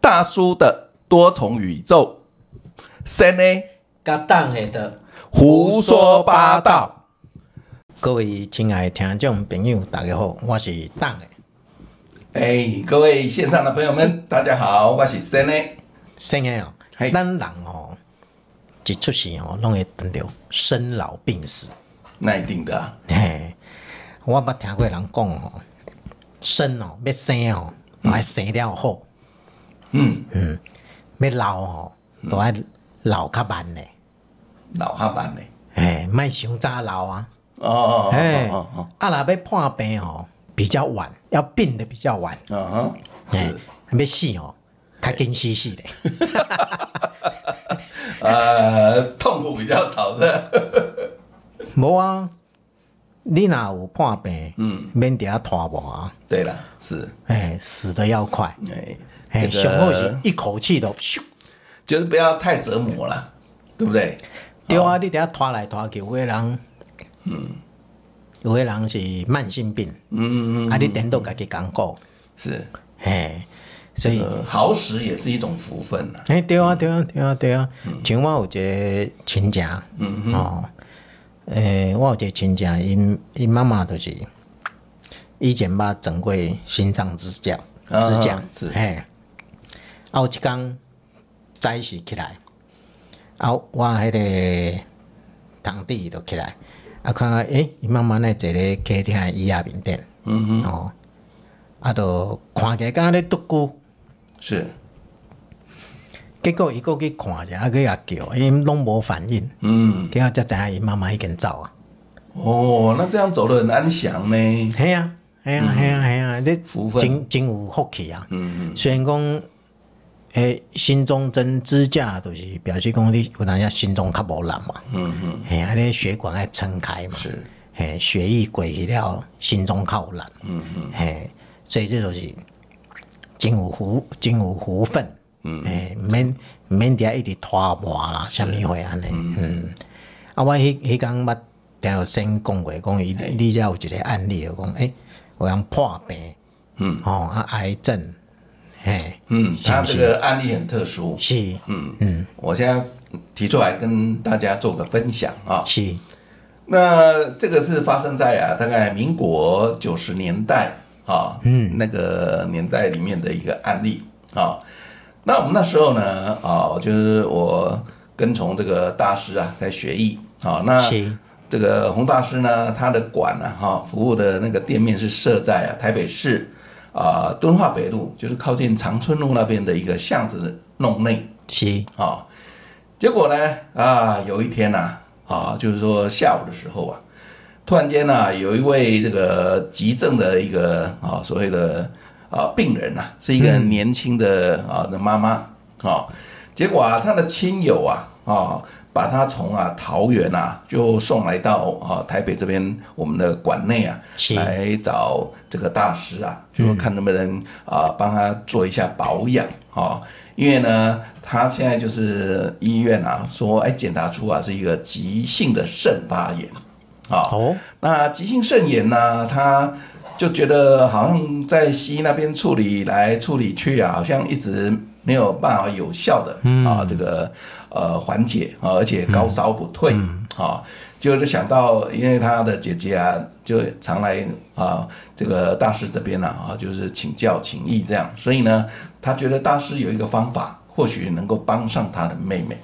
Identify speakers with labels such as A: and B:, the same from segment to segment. A: 大叔的多重宇宙，三呢
B: 甲党诶的
A: 胡说八道，
B: 各位亲爱的听众朋友，大家好，我是党诶
A: 哎，各位线上的朋友们，大家好，我是三呢，
B: 生诶哦
A: 嘿，
B: 咱人哦，一出世哦，拢会得着生老病死。
A: 那一定的啊、
B: 嘿，我捌听过人讲哦，生哦要生哦，都爱生了好，
A: 嗯，
B: 要老哦，都爱老较慢咧。
A: 老哈板呢，
B: 嘿，莫伤早老啊。
A: 哦哦
B: 嘿，
A: 哦哦
B: 啊，若要破病哦，比较晚，要病的比较晚。
A: 哦，哦
B: 嘿，哎要死哦，较紧死死咧。
A: 哈，呃，痛苦比较少的，
B: 无啊，你若有破病，嗯，免得遐拖磨啊。
A: 对了，是，
B: 哎，死的要快，
A: 哎，
B: 哎，
A: 这
B: 上好是
A: 个
B: 一口气都咻。
A: 就是不要太折磨了，对不对？
B: 对
A: 哦
B: 啊，你伫遐拖来拖去，有个人，嗯，有个人是慢性病，
A: 嗯，
B: 啊，你颠倒家己艰苦，
A: 是，
B: 嘿，所以，
A: 呃，好使也是一种福分啊，
B: 哎，对啊，对啊，对啊，对啊，像我有一个亲戚，嗯哦，诶，我有一个亲戚，因因妈妈就是以前捌整过心脏支架，
A: 啊
B: 支架
A: 是，
B: 嘿，啊，有一工早起起来，啊，我迄个堂弟就起来，啊，看看诶，伊妈妈咧坐咧客厅的椅仔面顶，嗯哼，哦，啊，就看起来敢若咧独孤。
A: 是，
B: 结果伊个去看者，啊，佮也叫，因拢无反应，
A: 嗯，
B: 结果才知影伊妈妈已经走啊。
A: 哦，那这样走得很安详呢，
B: 系啊，系啊，系啊，系啊，你
A: 嗯福分
B: 真真有福气啊。
A: 嗯
B: 虽然讲，诶、心中针支架就是表示讲你有当下心中较无力嘛，
A: 嗯嗯，
B: 嘿、啊，你血管爱撑开嘛，
A: 是，
B: 嘿、血液过去了，心中较有力，
A: 嗯嗯
B: 嘿、所以这就是真有福，真有福分。嗯，诶、毋免毋免伫遐一直拖磨啦，啥物货安尼，嗯，啊，我迄迄工捌听有先讲过，讲伊你遮有一个案例，就讲诶、有人破病，
A: 嗯，
B: 吼、啊癌症，嘿、
A: 嗯，
B: 是
A: 他
B: 不
A: 这
B: 是？
A: 个案例很特殊，
B: 是
A: 嗯，我现在提出来跟大家做个分享啊、
B: 是，
A: 那这个是发生在啊，大概民国九十年代啊，嗯，那个年代里面的一个案例啊。那我们那时候呢，啊，就是我跟从这个大师啊，在学艺啊。那
B: 是
A: 这个洪大师呢，他的馆呢、啊，哈、服务的那个店面是设在啊台北市啊、敦化北路，就是靠近长春路那边的一个巷子弄内。
B: 是，
A: 啊、结果呢，啊，有一天呐、啊，就是说下午的时候啊，突然间呢、有一位这个急症的一个啊、所谓的啊病人呐、是一个年轻的啊的妈妈啊、结果啊，他的亲友啊啊、把他从啊桃园啊就送来到啊台北这边我们的馆内啊，
B: 是
A: 来找这个大师啊，就说看能不能啊帮他做一下保养啊、哦，因为呢，他现在就是医院啊说，哎，检查出啊是一个急性的肾发炎啊、
B: 哦，
A: 那急性肾炎呢，他就觉得好像在西医那边处理来处理去啊，好像一直没有办法有效的啊、这个呃缓解啊，而且高烧不退啊、就是想到，因为他的姐姐啊，就常来啊、这个大师这边呢啊就是请教请益这样，所以呢，他觉得大师有一个方法，或许能够帮上他的妹妹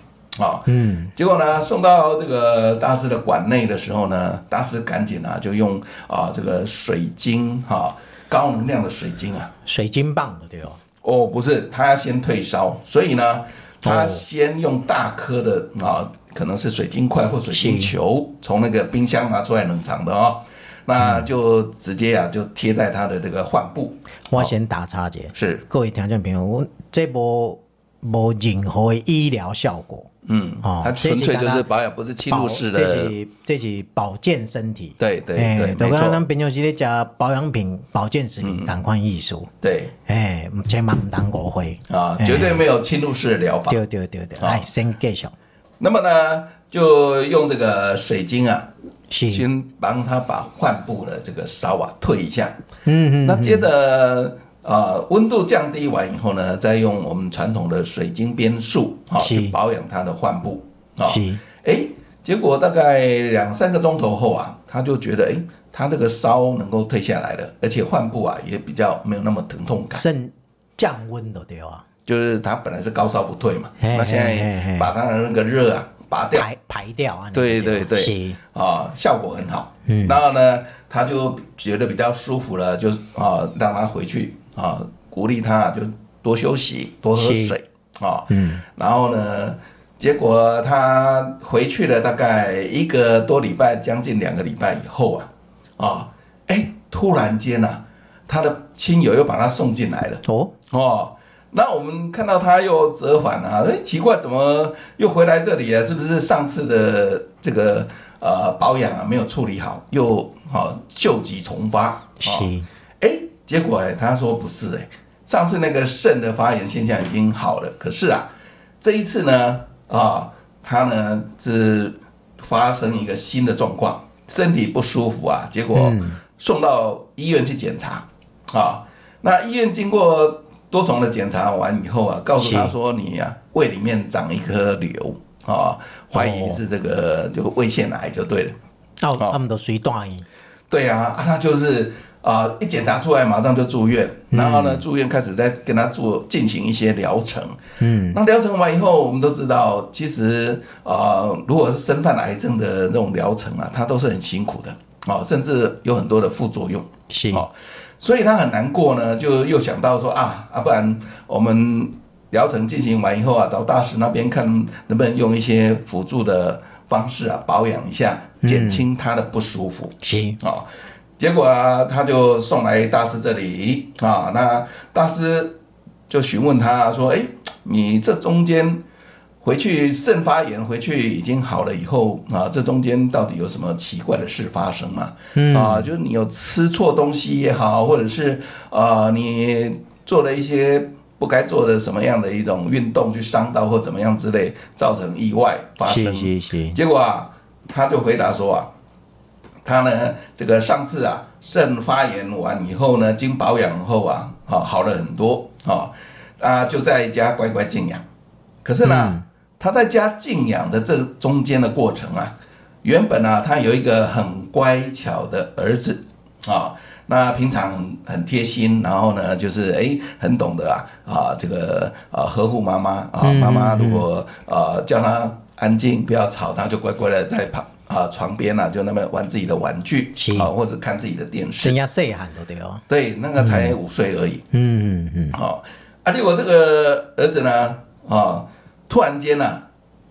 A: 啊、嗯，结果呢，送到这个大师的馆内的时候呢，大师赶紧啊就用啊这个水晶哈、高能量的水晶啊，
B: 水晶棒的对哦，
A: 哦不是，他要先退烧，所以呢，他先用大颗的啊，可能是水晶块或水晶球，从那个冰箱拿出来冷藏的哦，那就直接啊就贴在他的这个患部，
B: 我先打岔一下，
A: 是
B: 各位听众朋友，我这无无任何的医疗效果，
A: 嗯，
B: 哦
A: 他纯粹
B: 这是
A: 就
B: 刚
A: 是
B: 刚
A: 保养，不是侵
B: 保
A: 入式
B: 这
A: 的，
B: 是这是保健身体。
A: 对对
B: 哎
A: 对，
B: 就
A: 没
B: 讲
A: 错，
B: 咱
A: 嗯
B: 平常时咧食保养品、保健食品同款意思，
A: 对
B: 哎，千万毋通误会。
A: 啊，绝
B: 哎
A: 对没有侵入式的疗法。
B: 对对对对，
A: 好
B: 来先继续。
A: 那么呢，就用这个水晶啊，
B: 是嗯
A: 先帮他把患部的这个烧啊退一下。嗯嗯。那接着啊、温度降低完以后呢，再用我们传统的水晶边束啊、
B: 是
A: 去保养它的患部啊。
B: 是
A: 诶，结果大概两三个钟头后啊，他就觉得诶，他这个烧能够退下来了，而且患部啊也比较没有那么疼痛感，
B: 肾降温的对啊，
A: 就是他本来是高烧不退嘛，
B: 嘿
A: 那现
B: 嘿嘿
A: 在
B: 嘿
A: 把他的那个热啊拔掉，
B: 排排掉啊，
A: 对对对，
B: 是，
A: 啊、效果很好。嗯，然后呢，他就觉得比较舒服了，就是啊、让他回去啊、鼓励他就多休息，多喝
B: 是
A: 水啊。嗯，然后呢，结果他回去了大概一个多礼拜，将近两个礼拜以后啊，啊、哎，突然间啊，他的亲友又把他送进来了。
B: 哦，
A: 哦，那我们看到他又折返了、啊，哎，奇怪，怎么又回来这里了？啊是不是上次的这个呃保养啊没有处理好，又哦旧疾重发？哦
B: 是，
A: 哎、结果哎、他说不是哎、上次那个肾的发炎现象已经好了，可是啊，这一次呢，啊，他呢是发生一个新的状况，身体不舒服啊，结果送到医院去检查，啊，那医院经过多重的检查完以后啊，告诉他
B: 是
A: 说你啊胃里面长一颗瘤啊，怀疑是这个就胃腺癌就对了。
B: 哦，
A: 啊
B: 他们都水断伊，
A: 对啊， 啊他就是啊、一检查出来马上就住院，然后呢，住院开始在跟他做进行一些疗程。嗯，那疗程完以后，我们都知道，其实啊、呃如果是身犯癌症的那种疗程啊，它都是很辛苦的哦，甚至有很多的副作用。
B: 是，
A: 哦，所以他很难过呢，就又想到说啊啊，不然我们疗程进行完以后啊，找大使那边看能不能用一些辅助的方式啊，保养一下，减轻他的不舒服。
B: 是，
A: 哦，结果啊，他就送来大师这里啊、那大师就询问他说：“哎，你这中间回去肾发炎回去已经好了以后啊，这中间到底有什么奇怪的事发生吗？啊，就是你有吃错东西也好，或者是啊、你做了一些。”不该做的什么样的一种运动去伤到或怎么样之类，造成意外发生。
B: 是是是，
A: 结果啊，他就回答说啊，他呢这个上次啊肾发炎完以后呢，经保养后啊，啊好了很多啊，啊就在家乖乖静养。可是呢，他在家静养的这中间的过程啊，原本啊他有一个很乖巧的儿子啊。那平常很很贴心，然后呢，就是哎，很懂得啊啊，这个啊呵护妈妈啊，妈妈如果呃叫他安静，不要吵，他就乖乖的在旁啊床边啊，就那么玩自己的玩具
B: 是
A: 啊，或者看自己的电视
B: 生。下细汉都对哦，
A: 对，那个才五岁而已。
B: 嗯嗯嗯，
A: 好、啊，结果这个儿子呢，啊、突然间呢、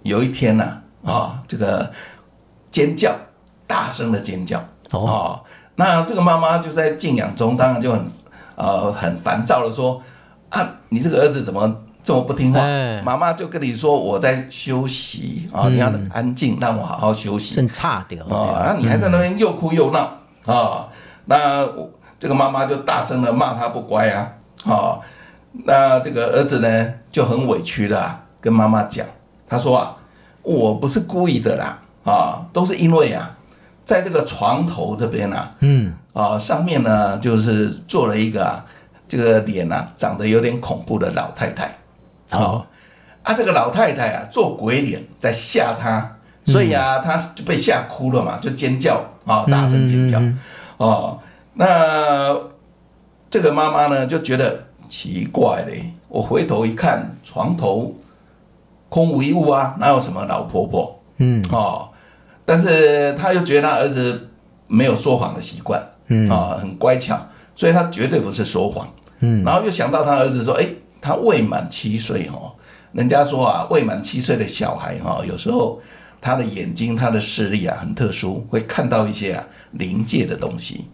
A: 有一天呢、啊，这个尖叫，大声的尖叫，啊
B: 哦
A: 那这个妈妈就在静养中，当然就很，呃，很烦躁的说，啊，你这个儿子怎么这么不听话？
B: 哎
A: 妈妈就跟你说我在休息啊、你
B: 嗯
A: 要安静，让我好好休息。
B: 真差掉了对
A: 哦，
B: 啊，
A: 那你还在那边又哭又闹啊、那我这个妈妈就大声的骂他不乖啊，哦，那这个儿子呢就很委屈的、啊、跟妈妈讲，他说啊，我不是故意的啦，啊、都是因为啊，在这个床头这边啊，
B: 嗯，
A: 啊、上面呢就是做了一个、啊、这个脸啊长得有点恐怖的老太太。
B: 哦，
A: 啊，这个老太太啊，做鬼脸在吓他，所以啊，他就被吓哭了嘛，就尖叫啊、大声尖叫、哦。那这个妈妈呢，就觉得奇怪嘞，我回头一看，床头空无一物啊，哪有什么老婆婆？
B: 嗯，
A: 哦，但是他又觉得他儿子没有说谎的习惯，嗯啊、很乖巧，所以他绝对不是说谎，嗯，然后又想到他儿子说，哎，他未满七岁哦，人家说啊，未满七岁的小孩哈、哦，有时候他的眼睛、他的视力啊很特殊，会看到一些啊临界的东西，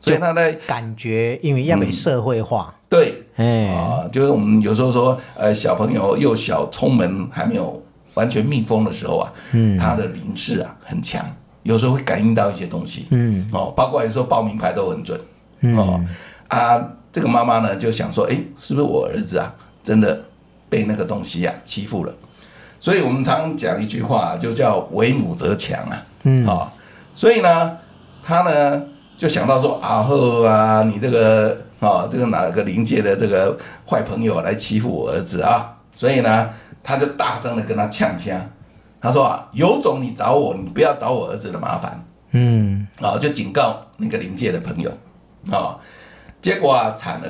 A: 所以他在
B: 感觉因为要被社会化，
A: 对
B: 哎，
A: 啊、就是我们有时候说，呃，小朋友幼小聪明还没有完全密封的时候啊，嗯，他的灵视啊很强，有时候会感应到一些东西，嗯，哦，包括有时候报名牌都很准，
B: 嗯
A: 哦，啊，这个妈妈呢就想说，诶，是不是我儿子啊真的被那个东西啊欺负了？所以我们常讲一句话、啊就叫为母则强啊，嗯，啊、所以呢，他呢就想到说啊，呵啊，你这个哦，这个哪个灵界的这个坏朋友来欺负我儿子啊？所以呢，他就大声的跟他呛呛，他说啊，有种你找我，你不要找我儿子的麻烦。嗯，哦，就警告那个灵界的朋友，哦，结果啊惨了，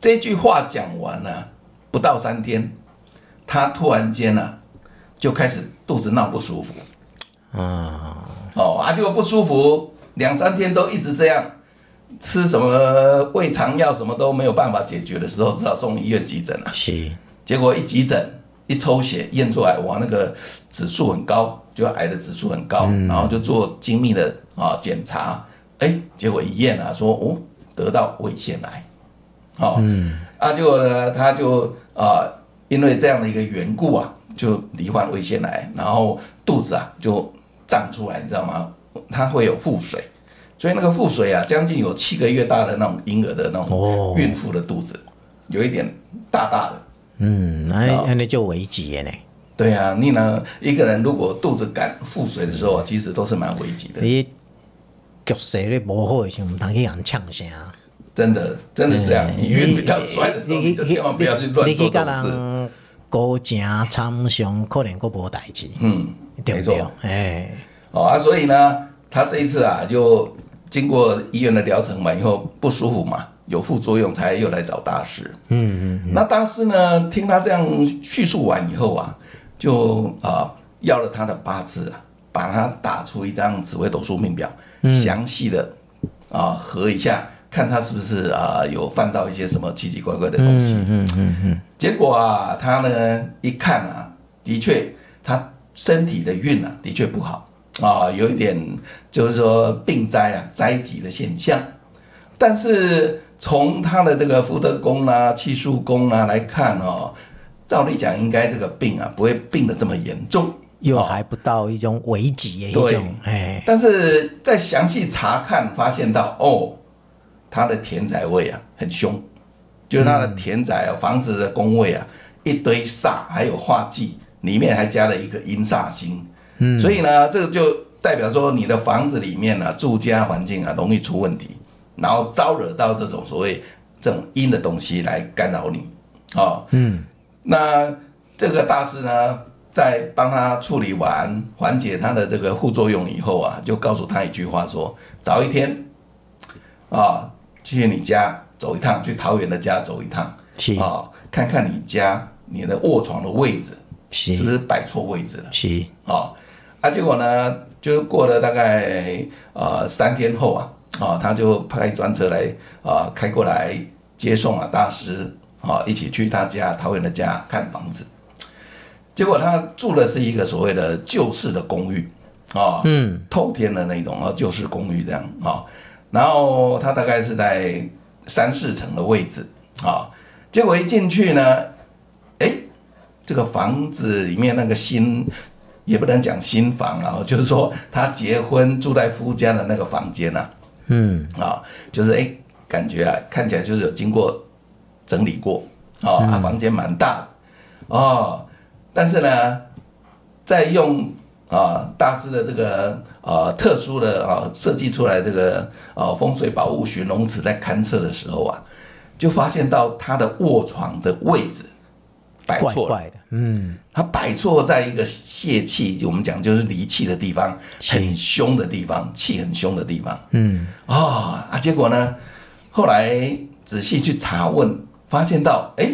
A: 这句话讲完了、不到三天，他突然间呢、就开始肚子闹不舒服，
B: 啊，
A: 哦，啊，结果不舒服，两三天都一直这样，吃什么胃肠药什么都没有办法解决的时候，只好送医院急诊了、
B: 是，
A: 结果一急诊一抽血验出来，哇，那个指数很高，就癌的指数很高，然后就做精密的啊检查，哎，结果一验啊，说哦得到胃腺癌，哦，啊，结果呢他就啊、因为这样的一个缘故啊，就罹患胃腺癌，然后肚子啊就胀出来，你知道吗？它会有腹水。所以那个腹水啊，将近有七个月大的那种婴儿的那
B: 哦
A: 种孕妇的肚子，有一点大大的，
B: 嗯，安安尼就危机的呢。
A: 对啊，你呢？一个人如果肚子感腹水的时候，啊其实都是蛮危急的，
B: 你局势你无好的时候，毋通去人呛声。啊
A: 真的，真的是这样。你晕比较衰的时候，你就千万不要去乱做这种
B: 哎你去
A: 事。
B: 跟啊人高正参详，可能佫无代志，
A: 嗯，
B: 对
A: 没
B: 不对
A: 错。？
B: 哎，
A: 哦啊，所以呢，他这一次啊，就经过医院的疗程完以后不舒服嘛，有副作用，才又来找大师。嗯嗯。那大师呢，听他这样叙述完以后啊，就啊、要了他的八字啊，把他打出一张紫微斗数命表，详细的啊核一下，看他是不是啊有犯到一些什么奇奇怪怪的东西。
B: 嗯嗯嗯，
A: 结果啊，他呢一看啊，的确他身体的运啊，的确不好啊，有一点就是说病灾啊、灾疾的现象。但是从他的这个福德宫啊、气数宫啊来看哦，照理讲应该这个病啊不会病得这么严重。
B: 又还不到一种危急的一
A: 哦对
B: 种，哎，
A: 但是在详细查看发现到，哦，他的田宅位啊很凶，就是他的田宅啊、房子的宫位啊一堆煞，还有化忌，里面还加了一个阴煞星，嗯，所以呢，这个就代表说你的房子里面呢、啊、住家环境啊容易出问题，然后招惹到这种所谓这种阴的东西来干扰你，哦，嗯，那这个大师呢，在帮他处理完缓解他的这个副作用以后啊，就告诉他一句话说：早一天啊，去你家走一趟，去桃园的家走一趟，
B: 是
A: 啊，看看你家你的卧床的位置是不
B: 是
A: 是摆错位置了。
B: 是，
A: 哦，啊，结果呢，就是过了大概呃三天后啊，啊、他就派专车来啊、开过来接送啊大师啊、一起去他家桃园的家看房子，结果他住的是一个所谓的旧式的公寓啊，嗯，透天的那种啊旧式公寓这样啊、然后他大概是在三四层的位置啊、结果一进去呢，哎，这个房子里面那个新也不能讲新房啊，就是说他结婚住在夫家的那个房间呐、啊，
B: 嗯，
A: 啊，就是哎、诶感觉啊，看起来就是有经过整理过啊，啊房间蛮大的哦，但是呢，在用啊大师的这个呃特殊的啊设计出来这个呃风水宝物寻龙尺在勘测的时候啊，就发现到他的卧床的位置摆
B: 怪
A: 错了。
B: 怪的，嗯，
A: 它摆错在一个泄气，就我们讲就是离气的地方，
B: 气
A: 很凶的地方，气很凶的地方。嗯，啊、啊，结果呢，后来仔细去查问，发现到，哎，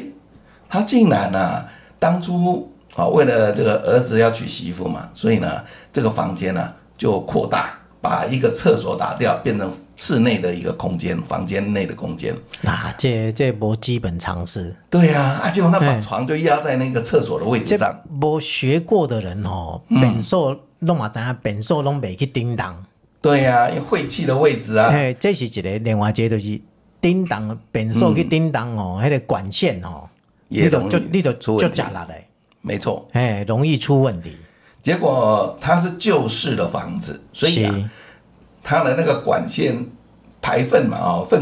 A: 他竟然呢、啊，当初啊，为了这个儿子要娶媳妇嘛，所以呢，这个房间呢、就扩大，把一个厕所打掉，变成室内的一个空间，房间内的空间。
B: 啊，这这无基本常识，
A: 对呀、啊，结果他把
B: 哎
A: 床就压在那个厕所的位置
B: 这
A: 上。
B: 无学过的人吼，
A: 嗯
B: 本数拢嘛知影，本数拢袂去叮当。
A: 对啊呀、因为晦气的位置啊，
B: 嘿，这是一个另外一个就是叮当，变数去叮当哦，迄个管线哦，
A: 嗯也
B: 你就
A: 容易
B: 就你就
A: 出
B: 就
A: 问
B: 吃
A: 题
B: 力的，
A: 没错。
B: 嘿，容易出问题。
A: 结果它是旧式的房子，所以啊，
B: 是
A: 它的那个管线排粪嘛，哦，粪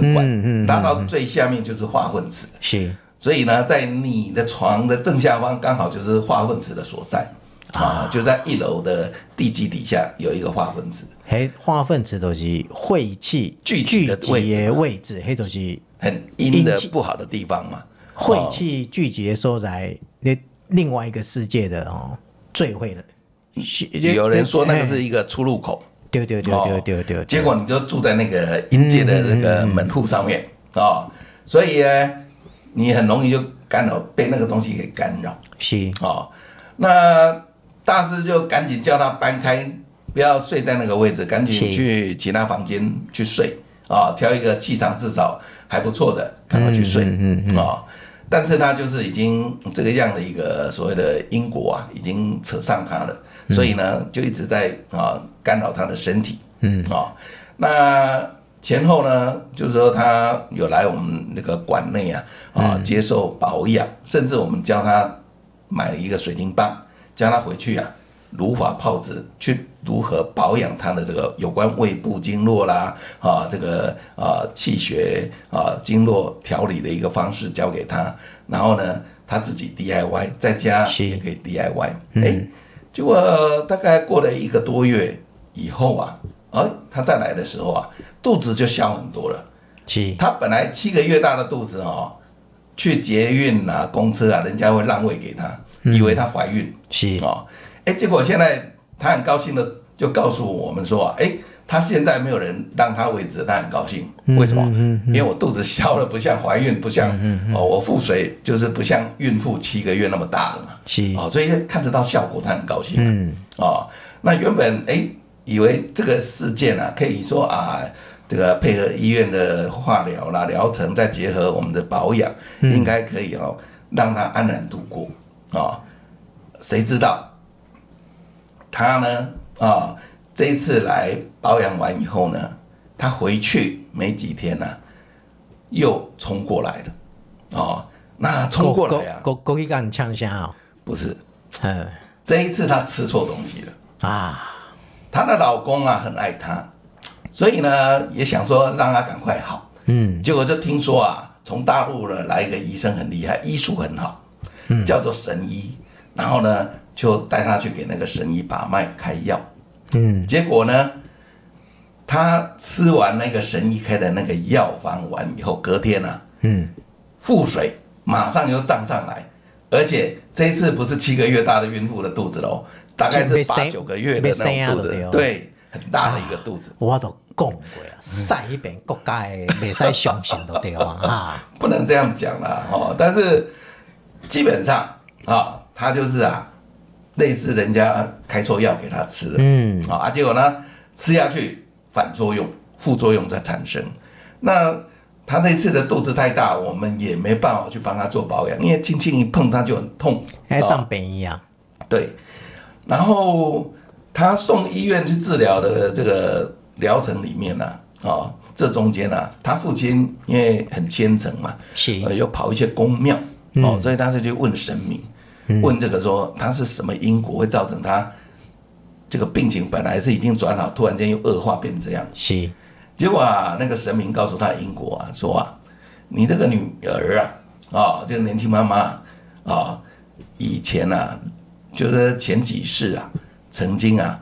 A: 管
B: 嗯
A: 拉到最下面就是化粪池，
B: 是
A: 所以呢，在你的床的正下方刚好就是化粪池的所在啊，就在一楼的地基底下有一个化粪池。
B: 嘿，化粪池就是晦气
A: 聚集的位置啊
B: 的位置，迄就是
A: 很阴的不好的地方嘛。哦
B: 晦气聚集的所在，那另外一个世界的哦，最会了。
A: 有人说那个是一个出入口，
B: 哎对对对对对对，
A: 结果你就住在那个阴界的那个门户上面啊，所以呢，你很容易就干扰被那个东西给干扰
B: 是
A: 哦。那大师就赶紧叫他搬开，不要睡在那个位置，赶紧
B: 是
A: 去其他房间去睡啊，挑一个气场至少还不错的，赶快
B: 嗯
A: 去睡啊。但是他就是已经这个样的一个所谓的因果啊，已经扯上他了，所以呢，就一直在啊干扰他的身体，嗯啊，那前后呢，就是说他有来我们那个馆内啊啊接受保养，甚至我们教他买了一个水晶棒，叫他回去啊，如法炮制，去如何保养他的这个有关胃部经络啦，啊，这个啊气血啊经络调理的一个方式教给他，然后呢，他自己 DIY，在家
B: 是
A: 也可以 DIY，哎、结果、大概过了一个多月以后啊，哎，他再来的时候啊，肚子就消很多了。
B: 是
A: 他本来七个月大的肚子哦，去捷运啊、公车啊，人家会让位给他，以为她怀孕
B: 是
A: 哦。哎，结果现在她很高兴的就告诉我们说啊，哎，她现在没有人让她位置，她很高兴。为什么？因为我肚子消了，不像怀孕，不像哦，我腹水就是不像孕妇七个月那么大了嘛。
B: 是
A: 哦，所以看得到效果，他很高兴。嗯，哦，那原本哎、以为这个事件啊，可以说啊，这个配合医院的化疗啦、疗程，再结合我们的保养，应该可以哦，让他安然度过哦。谁知道他呢？啊、这一次来保养完以后呢，他回去没几天呢、又冲过来了。哦，那冲过来啊，
B: 国国去跟人呛声哦，
A: 不是
B: 嗯
A: 这一次她吃错东西了，
B: 啊，
A: 她的老公啊很爱她，所以呢也想说让她赶快好。嗯，结果就听说啊，从大陆呢来一个医生很厉害，医术很好，叫做神医，然后呢就带她去给那个神医把脉开药。嗯，结果呢，她吃完那个神医开的那个药方完以后，隔天呢、啊，
B: 嗯
A: 腹水马上就胀上来，而且这一次不是七个月大的孕妇的肚子喽，大概是
B: 被
A: 八
B: 生
A: 九个月的
B: 被
A: 那
B: 生
A: 种
B: 啊
A: 肚
B: 就对
A: 子
B: 了，
A: 对，很大的一个肚子，
B: 我都讲过
A: 嗯
B: 啊，晒一遍国家的袂使相信都对啊啊，
A: 不能这样讲啦哦。但是基本上啊、他就是啊，类似人家开错药给他吃的，嗯，啊，结果呢吃下去反作用、副作用在产生，那。他那次的肚子太大，我们也没办法去帮他做保养，因为轻轻一碰他就很痛，
B: 还
A: 啊
B: 上便宜啊，
A: 对，然后他送医院去治疗的这个疗程里面呢、啊，哦，这中间呢、啊，他父亲因为很虔诚嘛，呃，
B: 是
A: 有跑一些宫庙哦，所以当时就问神明，问这个说他是什么因果会造成他这个病情本来是已经转好，突然间又恶化变这样。
B: 是
A: 结果啊，那个神明告诉他因果啊，说啊，你这个女儿啊，啊、这个年轻妈妈啊、以前啊，就是前几世啊，曾经啊，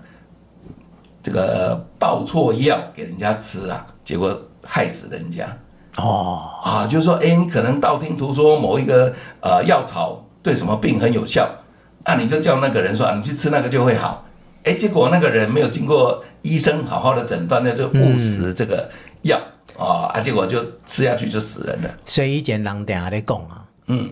A: 这个报错药给人家吃啊，结果害死人家
B: 哦，
A: 啊，就是说，哎，你可能道听途说某一个呃药草对什么病很有效，啊，你就叫那个人说、啊、你去吃那个就会好，哎，结果那个人没有经过医生好好的诊断，那就误食这个药啊、啊，结果就吃下去就死人了。
B: 所以以前人定咧讲啊，
A: 嗯，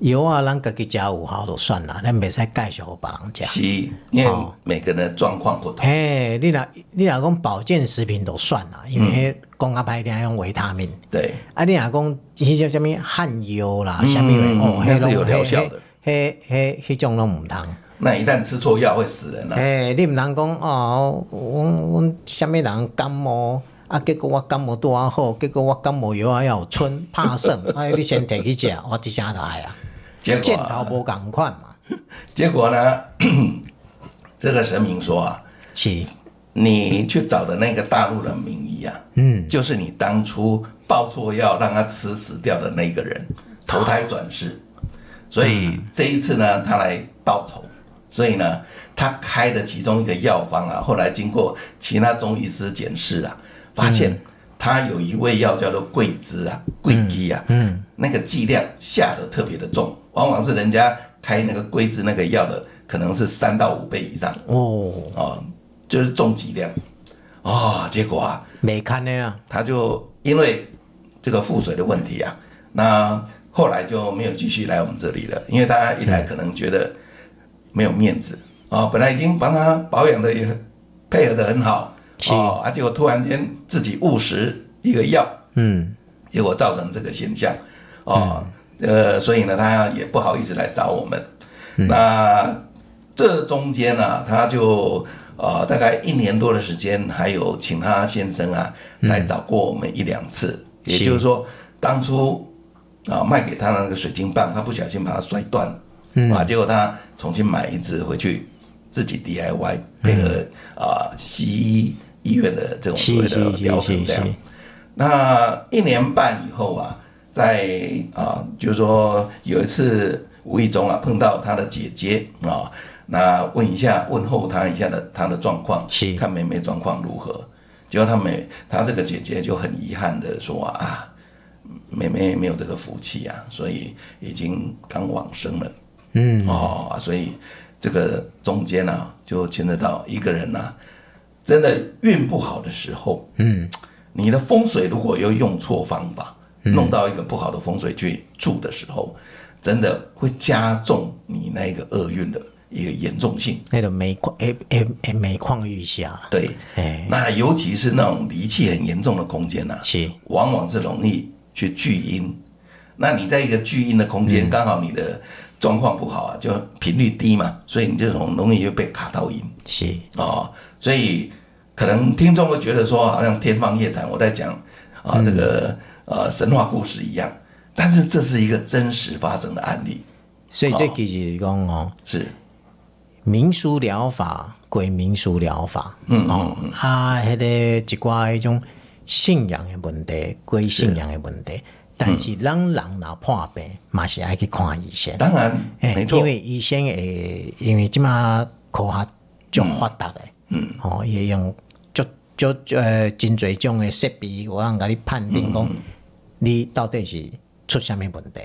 B: 药啊，咱家己食有效就算啦，咱袂使介绍给别人食。
A: 是，因为每个人的状况不同，
B: 嘿，你若你若讲保健食品就算啦，因为迄讲较歹听，迄种维他命。
A: 对，
B: 啊，你若讲迄些什物汉药啦，什物哦，
A: 那
B: 迄
A: 是
B: 种
A: 有疗效的。
B: 迄迄迄迄种拢毋通。
A: 那一旦吃错药会死人啊。
B: 嘿，你毋通讲哦，阮阮什物人感冒，啊，结果我感冒拄啊好，结果我感冒药啊有春怕肾，啊，你先摕去食，我即声就害啊。
A: 结果
B: 箭
A: 啊、
B: 头无共款嘛，
A: 结果呢， 这个神明说啊，
B: 是
A: 你去找的那个大陆的名医啊，嗯，就是你当初报错药让他吃死掉的那个人，投胎转世。所以这一次呢，他来报仇。所以呢，他开的其中一个药方啊，后来经过其他中医师检视啊，发现它有一味药叫做桂枝啊、桂枝啊，嗯，那个剂量下的特别的重，往往是人家开那个桂枝那个药的，可能是三到五倍以上
B: 哦，
A: 哦，就是重剂量哦，结果啊，
B: 没看的啊，
A: 他就因为这个腹水的问题啊，那后来就没有继续来我们这里了，因为大家一来可能觉得没有面子啊、哦，本来已经帮他保养的也很配合的很好
B: 是
A: 哦，啊，结果突然间自己误食一个药，
B: 嗯，
A: 结果造成这个现象，哦，呃，所以呢，他也不好意思来找我们。
B: 嗯
A: 那这中间呢、他就呃大概一年多的时间，还有请他先生啊来找过我们一两次，也
B: 嗯是
A: 就是说，当初啊、卖给他的那个水晶棒，他不小心把它摔断了，
B: 嗯
A: 啊，结果他重新买一只回去自己 DIY
B: 嗯
A: 配合啊、西医医院的这种
B: 是
A: 所谓的
B: 是是
A: 疗程
B: 是
A: 这样
B: 是。
A: 那一年半以后啊，在啊，就是说有一次无意中啊碰到他的姐姐啊，那问一下问候他一下的他的状况，
B: 是
A: 看妹妹状况如何。结果他妹他这个姐姐就很遗憾的说啊，妹妹没有这个福气啊，所以已经刚往生了。嗯哦，所以这个中间呢、啊，就牵扯到一个人呢、啊，真的运不好的时候，嗯，你的风水如果又用错方法，弄到一个不好的风水去住的时候，真的会加重你那个厄运的一个严重性。
B: 那个每况诶诶诶每况愈下啦，
A: 对，
B: 哎
A: 那尤其是那种离气很严重的空间呐、啊
B: 是
A: 往往是容易去聚阴。那你在一个聚阴的空间，刚好你的状况不好啊，就频率低嘛，所以你就很容易就被卡到阴
B: 是
A: 哦。所以可能听众会觉得说，好像天方夜谭，我在讲啊、
B: 嗯
A: 这个呃神话故事一样，但是这是一个真实发生的案例，
B: 所以这其实是讲哦，
A: 是
B: 民俗疗法归民俗疗法，
A: 嗯
B: 哦，啊，迄、个一寡迄种信仰的问题归信仰的问题，
A: 嗯
B: 但是咱人若破病，嘛是爱去看医生。
A: 当然
B: 哎
A: 没错，
B: 因为医生会，因为即马科学足发达诶，嗯，吼、伊会用足足足呃真侪种诶设备，有通甲你判
A: 嗯
B: 定讲、你到底是出啥物问题。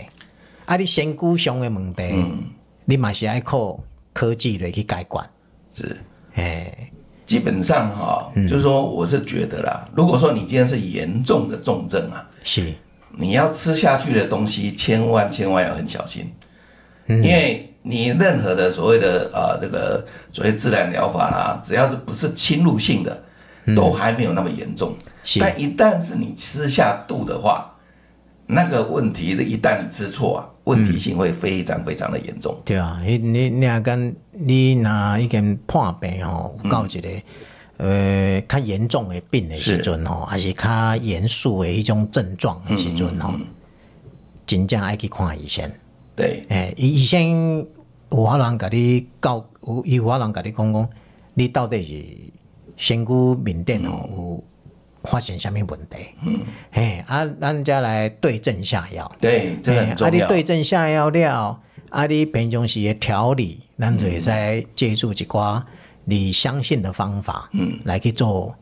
B: 啊，你身躯上诶问题，
A: 嗯
B: 你嘛是爱靠科技来去解决。哎
A: 是。
B: 诶、
A: 基本上哈、
B: 嗯
A: 就是说我是觉得啦，如果说你今天是严重的重症啊，
B: 是
A: 你要吃下去的东西千万千万要很小心，
B: 嗯
A: 因为你任何的所谓的呃这个所谓自然疗法啊，只要是不是侵入性的，都还没有那么严重。
B: 嗯是
A: 但一旦是你吃下肚的话，那个问题的一旦你吃错啊，问题性会非常非常的严重。
B: 对啊，迄你你若讲你若已经破病吼，有到一个、呃较严重的病的时阵吼，还是较严肃的迄种症状的时阵吼，真正爱去看医生。
A: 对，
B: 诶、医医生有法通甲你教，有伊有法通甲你讲讲，你到底是身躯面顶吼有发生啥物问题？嗯，嘿，啊，咱再来对症下药。
A: 对，这个很
B: 啊，
A: 重
B: 你
A: 要。
B: 对症下药了，啊，你平常时的调理，咱就会使借助一寡你相信的方法，嗯，来去做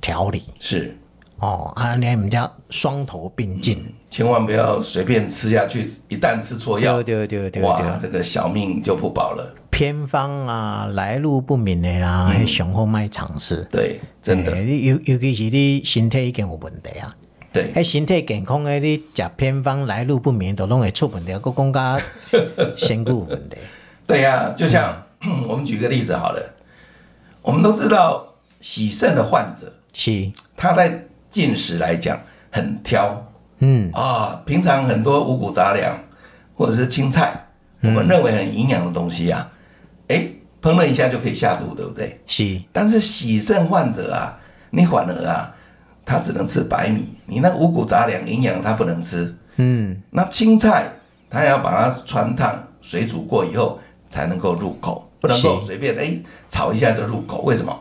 B: 调理。
A: 是。
B: 哦，啊，你毋则双头并进。
A: 千万不要随便吃下去，一旦吃错药
B: 对，对对对
A: 嗯哇，
B: 对，
A: 这个小命就不保了。
B: 偏方啊，来路不明的啦，迄上好卖尝试。
A: 对，嗯真的，
B: 嘿你尤尤其是你身体已经有问题啊，
A: 对，
B: 迄身体健康的你食偏方来路不明，都拢会出问题，佮讲甲身躯有问题。
A: 对呀、就像 我们举个例子好了，我们都知道洗肾的患者，
B: 是，
A: 他在进食来讲很挑
B: 嗯，
A: 啊，平常很多五谷杂粮或者是青菜，我们认为很营养的东西呀、啊，哎，烹了一下就可以下肚，对不对？
B: 是。
A: 但是洗肾患者啊，你反而啊，他只能吃白米，你那五谷杂粮营养他不能吃。
B: 嗯，
A: 那青菜他要把它穿烫、水煮过以后才能够入口，不能够
B: 是
A: 随便哎、炒一下就入口。为什么？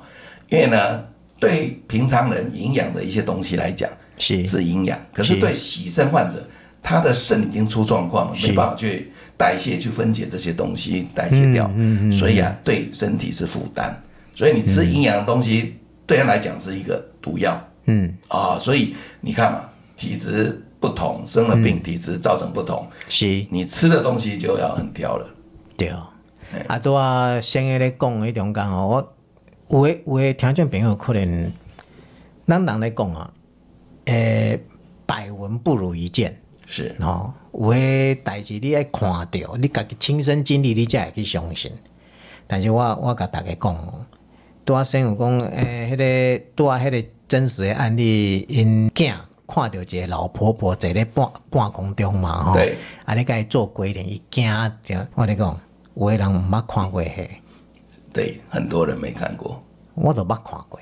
A: 因为呢，对平常人营养的一些东西来讲
B: 是
A: 是营养，可是
B: 是
A: 对洗肾患者，他的肾已经出状况了，
B: 是
A: 没办法去代谢、去分解这些东西，代谢掉，
B: 嗯
A: 所以啊，对身体是负担。所以你吃营养的东西，对他来讲是一个毒药。嗯，啊、所以你看嘛，体质不同，生了
B: 嗯
A: 病，体质造成不同，
B: 是，
A: 你吃的东西就要很挑了。
B: 对。啊，拄啊，先迄咧讲迄中间哦，我有诶有诶听众朋友可能，咱人咧讲啊，诶、百闻不如一见。
A: 是，
B: 吼、有诶代志你爱看到，你家己亲身经历，你才会去相信。但是我我甲大家讲哦，拄啊先有讲诶，迄、个拄啊迄个真实诶案例，因囝看到一个老婆婆坐咧半半空中嘛吼，
A: 对
B: 啊你甲伊做鬼脸，伊惊着，我咧讲，有诶人毋捌看过迄，
A: 对，很多人没看过
B: 我都捌看过。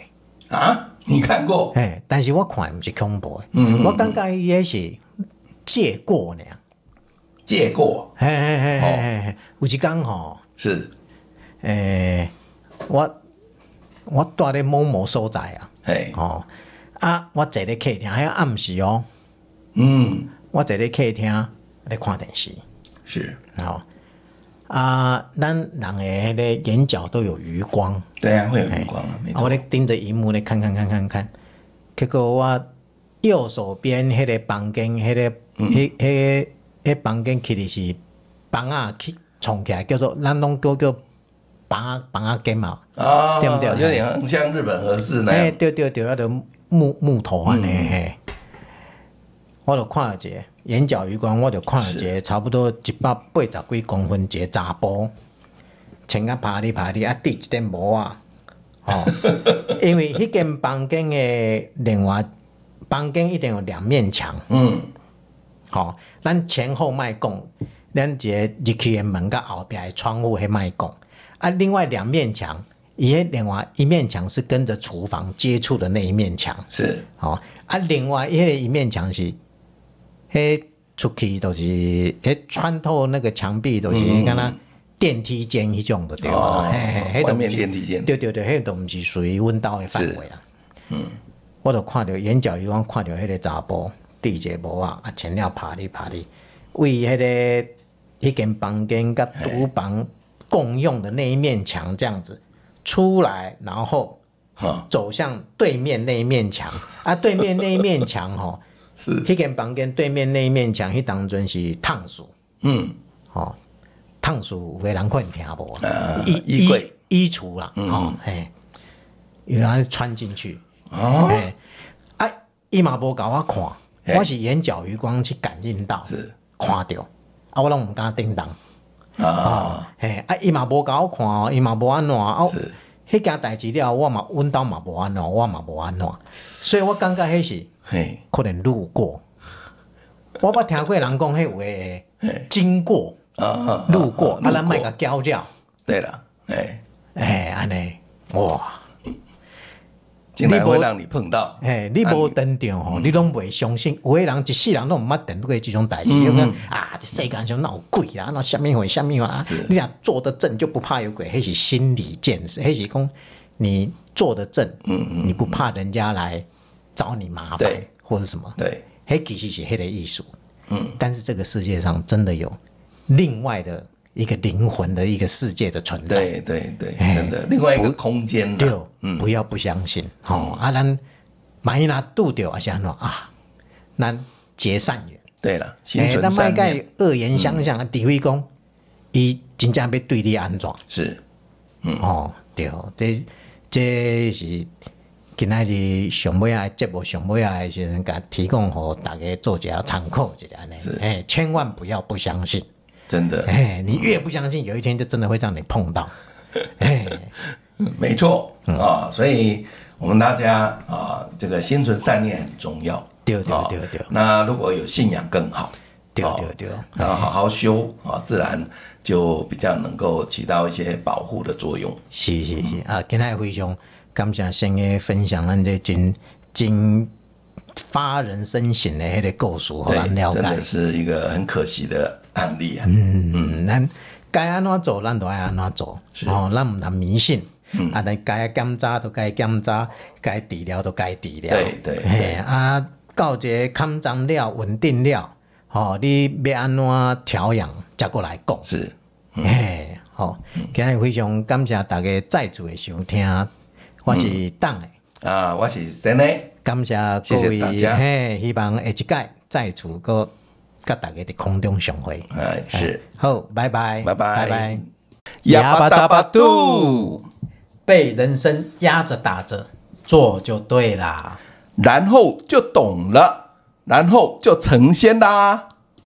A: 啊，你看过？
B: 嘿，但是我看毋是恐怖的，我感觉伊迄是借过呢。
A: 借过
B: 嘿嘿嘿嘿嘿嘿，有一工吼，
A: 是，
B: 诶、我我住咧某某所在啊，
A: 嘿，
B: 哦，啊，我坐咧客厅，迄暗时哦，
A: 嗯，
B: 我坐咧客厅咧看电视，
A: 是，
B: 哦，啊，咱人诶迄个眼角都有余光，啊，
A: 对啊，会有余光啊，没
B: 我
A: 错，
B: 咧盯着荧幕咧看看看看看，结果我右手边迄个房间，迄、个
A: 嗯
B: 迄迄个迄房间其实是房啊去创起来，叫做咱拢叫叫房啊房啊间嘛。
A: 啊，
B: 对不对
A: 有点像日本和式那
B: 哎、
A: 样，嗯
B: 对对对，啊，着木木头安尼嘿，我就看了一个眼角余光，我就看了一个差不多一百八十几公分一个查甫，穿甲趴哩趴哩，啊，戴一顶帽啊， 哦，因为迄间房间的另外房间一定有两面墙，
A: 嗯，
B: 吼、咱前后卖讲，咱一个入去的门甲后壁的窗户迄卖讲，啊，另外两面墙，伊迄另外一面墙是跟着厨房接触的那一面墙，
A: 是，
B: 吼、啊，另外迄个一面墙是，迄出去都、就是，迄穿透那个墙壁都、就是，敢若、电梯间迄种的对
A: 嗯哦
B: 吧？嘿嘿，
A: 外
B: 迄都不
A: 面
B: 是
A: 电梯间
B: 哎对对对，迄都毋是属于阮兜的范围啊。嗯，我就看到眼角余光看到迄个查甫戴一个帽啊，啊前了拍哩拍哩，为迄、个迄间房间甲厨房共用的那一面墙这样子出来，然后
A: 哈，
B: 走向对面那一面墙啊，对面那一面墙吼，
A: 是，
B: 迄间房间对面那一面墙，迄当阵是烫树
A: 嗯，
B: 吼，烫树有个人可能听无啊。
A: 啊，
B: 衣
A: 衣柜，嗯
B: 衣衣橱啦，哦，嘿，然后穿进去，
A: 哦，
B: 哎，啊，伊嘛无甲我
A: 嘿
B: 看，我是眼角余光去感应到，
A: 是
B: 看到，啊，我拢毋敢叮当，
A: 啊，
B: 嘿，啊，伊嘛无甲我看哦，伊嘛无安怎啊，啊
A: 是
B: 迄件代志了，我嘛阮兜嘛无安怎，我嘛无安怎，所以我感觉迄是
A: 嘿，
B: 可能路过，我捌听过人讲迄话
A: 嘿，
B: 经过、
A: 啊啊，啊
B: 路过，啊，咱
A: 路
B: 莫
A: 过
B: 甲搅扰，
A: 对了，哎，
B: 哎，安尼，哇。
A: 竟然
B: 你
A: 会
B: 无
A: 让你碰到，
B: 嘿，你无登场吼，你拢袂相信。有的人一世人拢毋捌登过即种代志，因为啊，这世间上哪有鬼啦，哪什么鬼什么鬼啊？你若做得正就不怕有鬼，迄是心理建设，迄是讲你做得正，你不怕人家来找你麻烦
A: 对
B: 或者什么，
A: 对，
B: 迄其实是迄个艺术。嗯，但是这个世界上真的有另外的一个灵魂的一个世界的存在。
A: 对对对，
B: 哎
A: 真的，另外一个空间
B: 对哦
A: 的，，
B: 不要不相信。
A: 嗯
B: 吼、啊，咱万一若拄着啊，是安怎啊？咱结善缘，
A: 对了，
B: 哎
A: 心存
B: 咱莫
A: 善念
B: 甲恶言相向，啊，除非讲伊真正要对你安怎？
A: 是，嗯
B: 哦，对，这这是今仔日上尾啊节目上尾啊的时阵，甲提供互大家做一下参考一下安尼。哎，千万不要不相信。
A: 真的，
B: 哎，你越不相信，有一天就真的会让你碰到。哎，
A: 没错
B: 嗯
A: 啊，所以我们大家啊，这个心存善念很重要。
B: 对对
A: 啊
B: 对对
A: 那如果有信仰更好，
B: 对
A: 啊
B: 对对
A: 然后好好修啊，自然就比较能够起到一些保护的作用。
B: 是是是啊，今天非常感谢先嘅分享，咱这真真发人深省的迄个故事，互咱了
A: 对，真的
B: 解。
A: 是一个很可惜的案例啊。
B: 嗯，咱该安怎做，咱就爱安怎做。哦，咱毋通迷信。
A: 嗯
B: 啊，咱该检查就该检查，该治疗就该治疗。
A: 对对
B: 嘿，啊，到一个抗战了，稳定了，吼、你要安怎调养，再过来讲。
A: 是，
B: 嘿，好，今日非常感谢大家再次的收听，我是党诶。
A: 啊，我是真的，
B: 感谢各
A: 谢谢
B: 位，
A: 大家
B: 嘿，希望下一届再次搁甲大家伫空中相会。
A: 哎，是，
B: 好，拜拜，
A: 拜拜
B: 拜拜。
A: 哑巴大巴肚，
B: 被人生压着打着，做就对啦。
A: 然后就懂了，然后就成仙啦。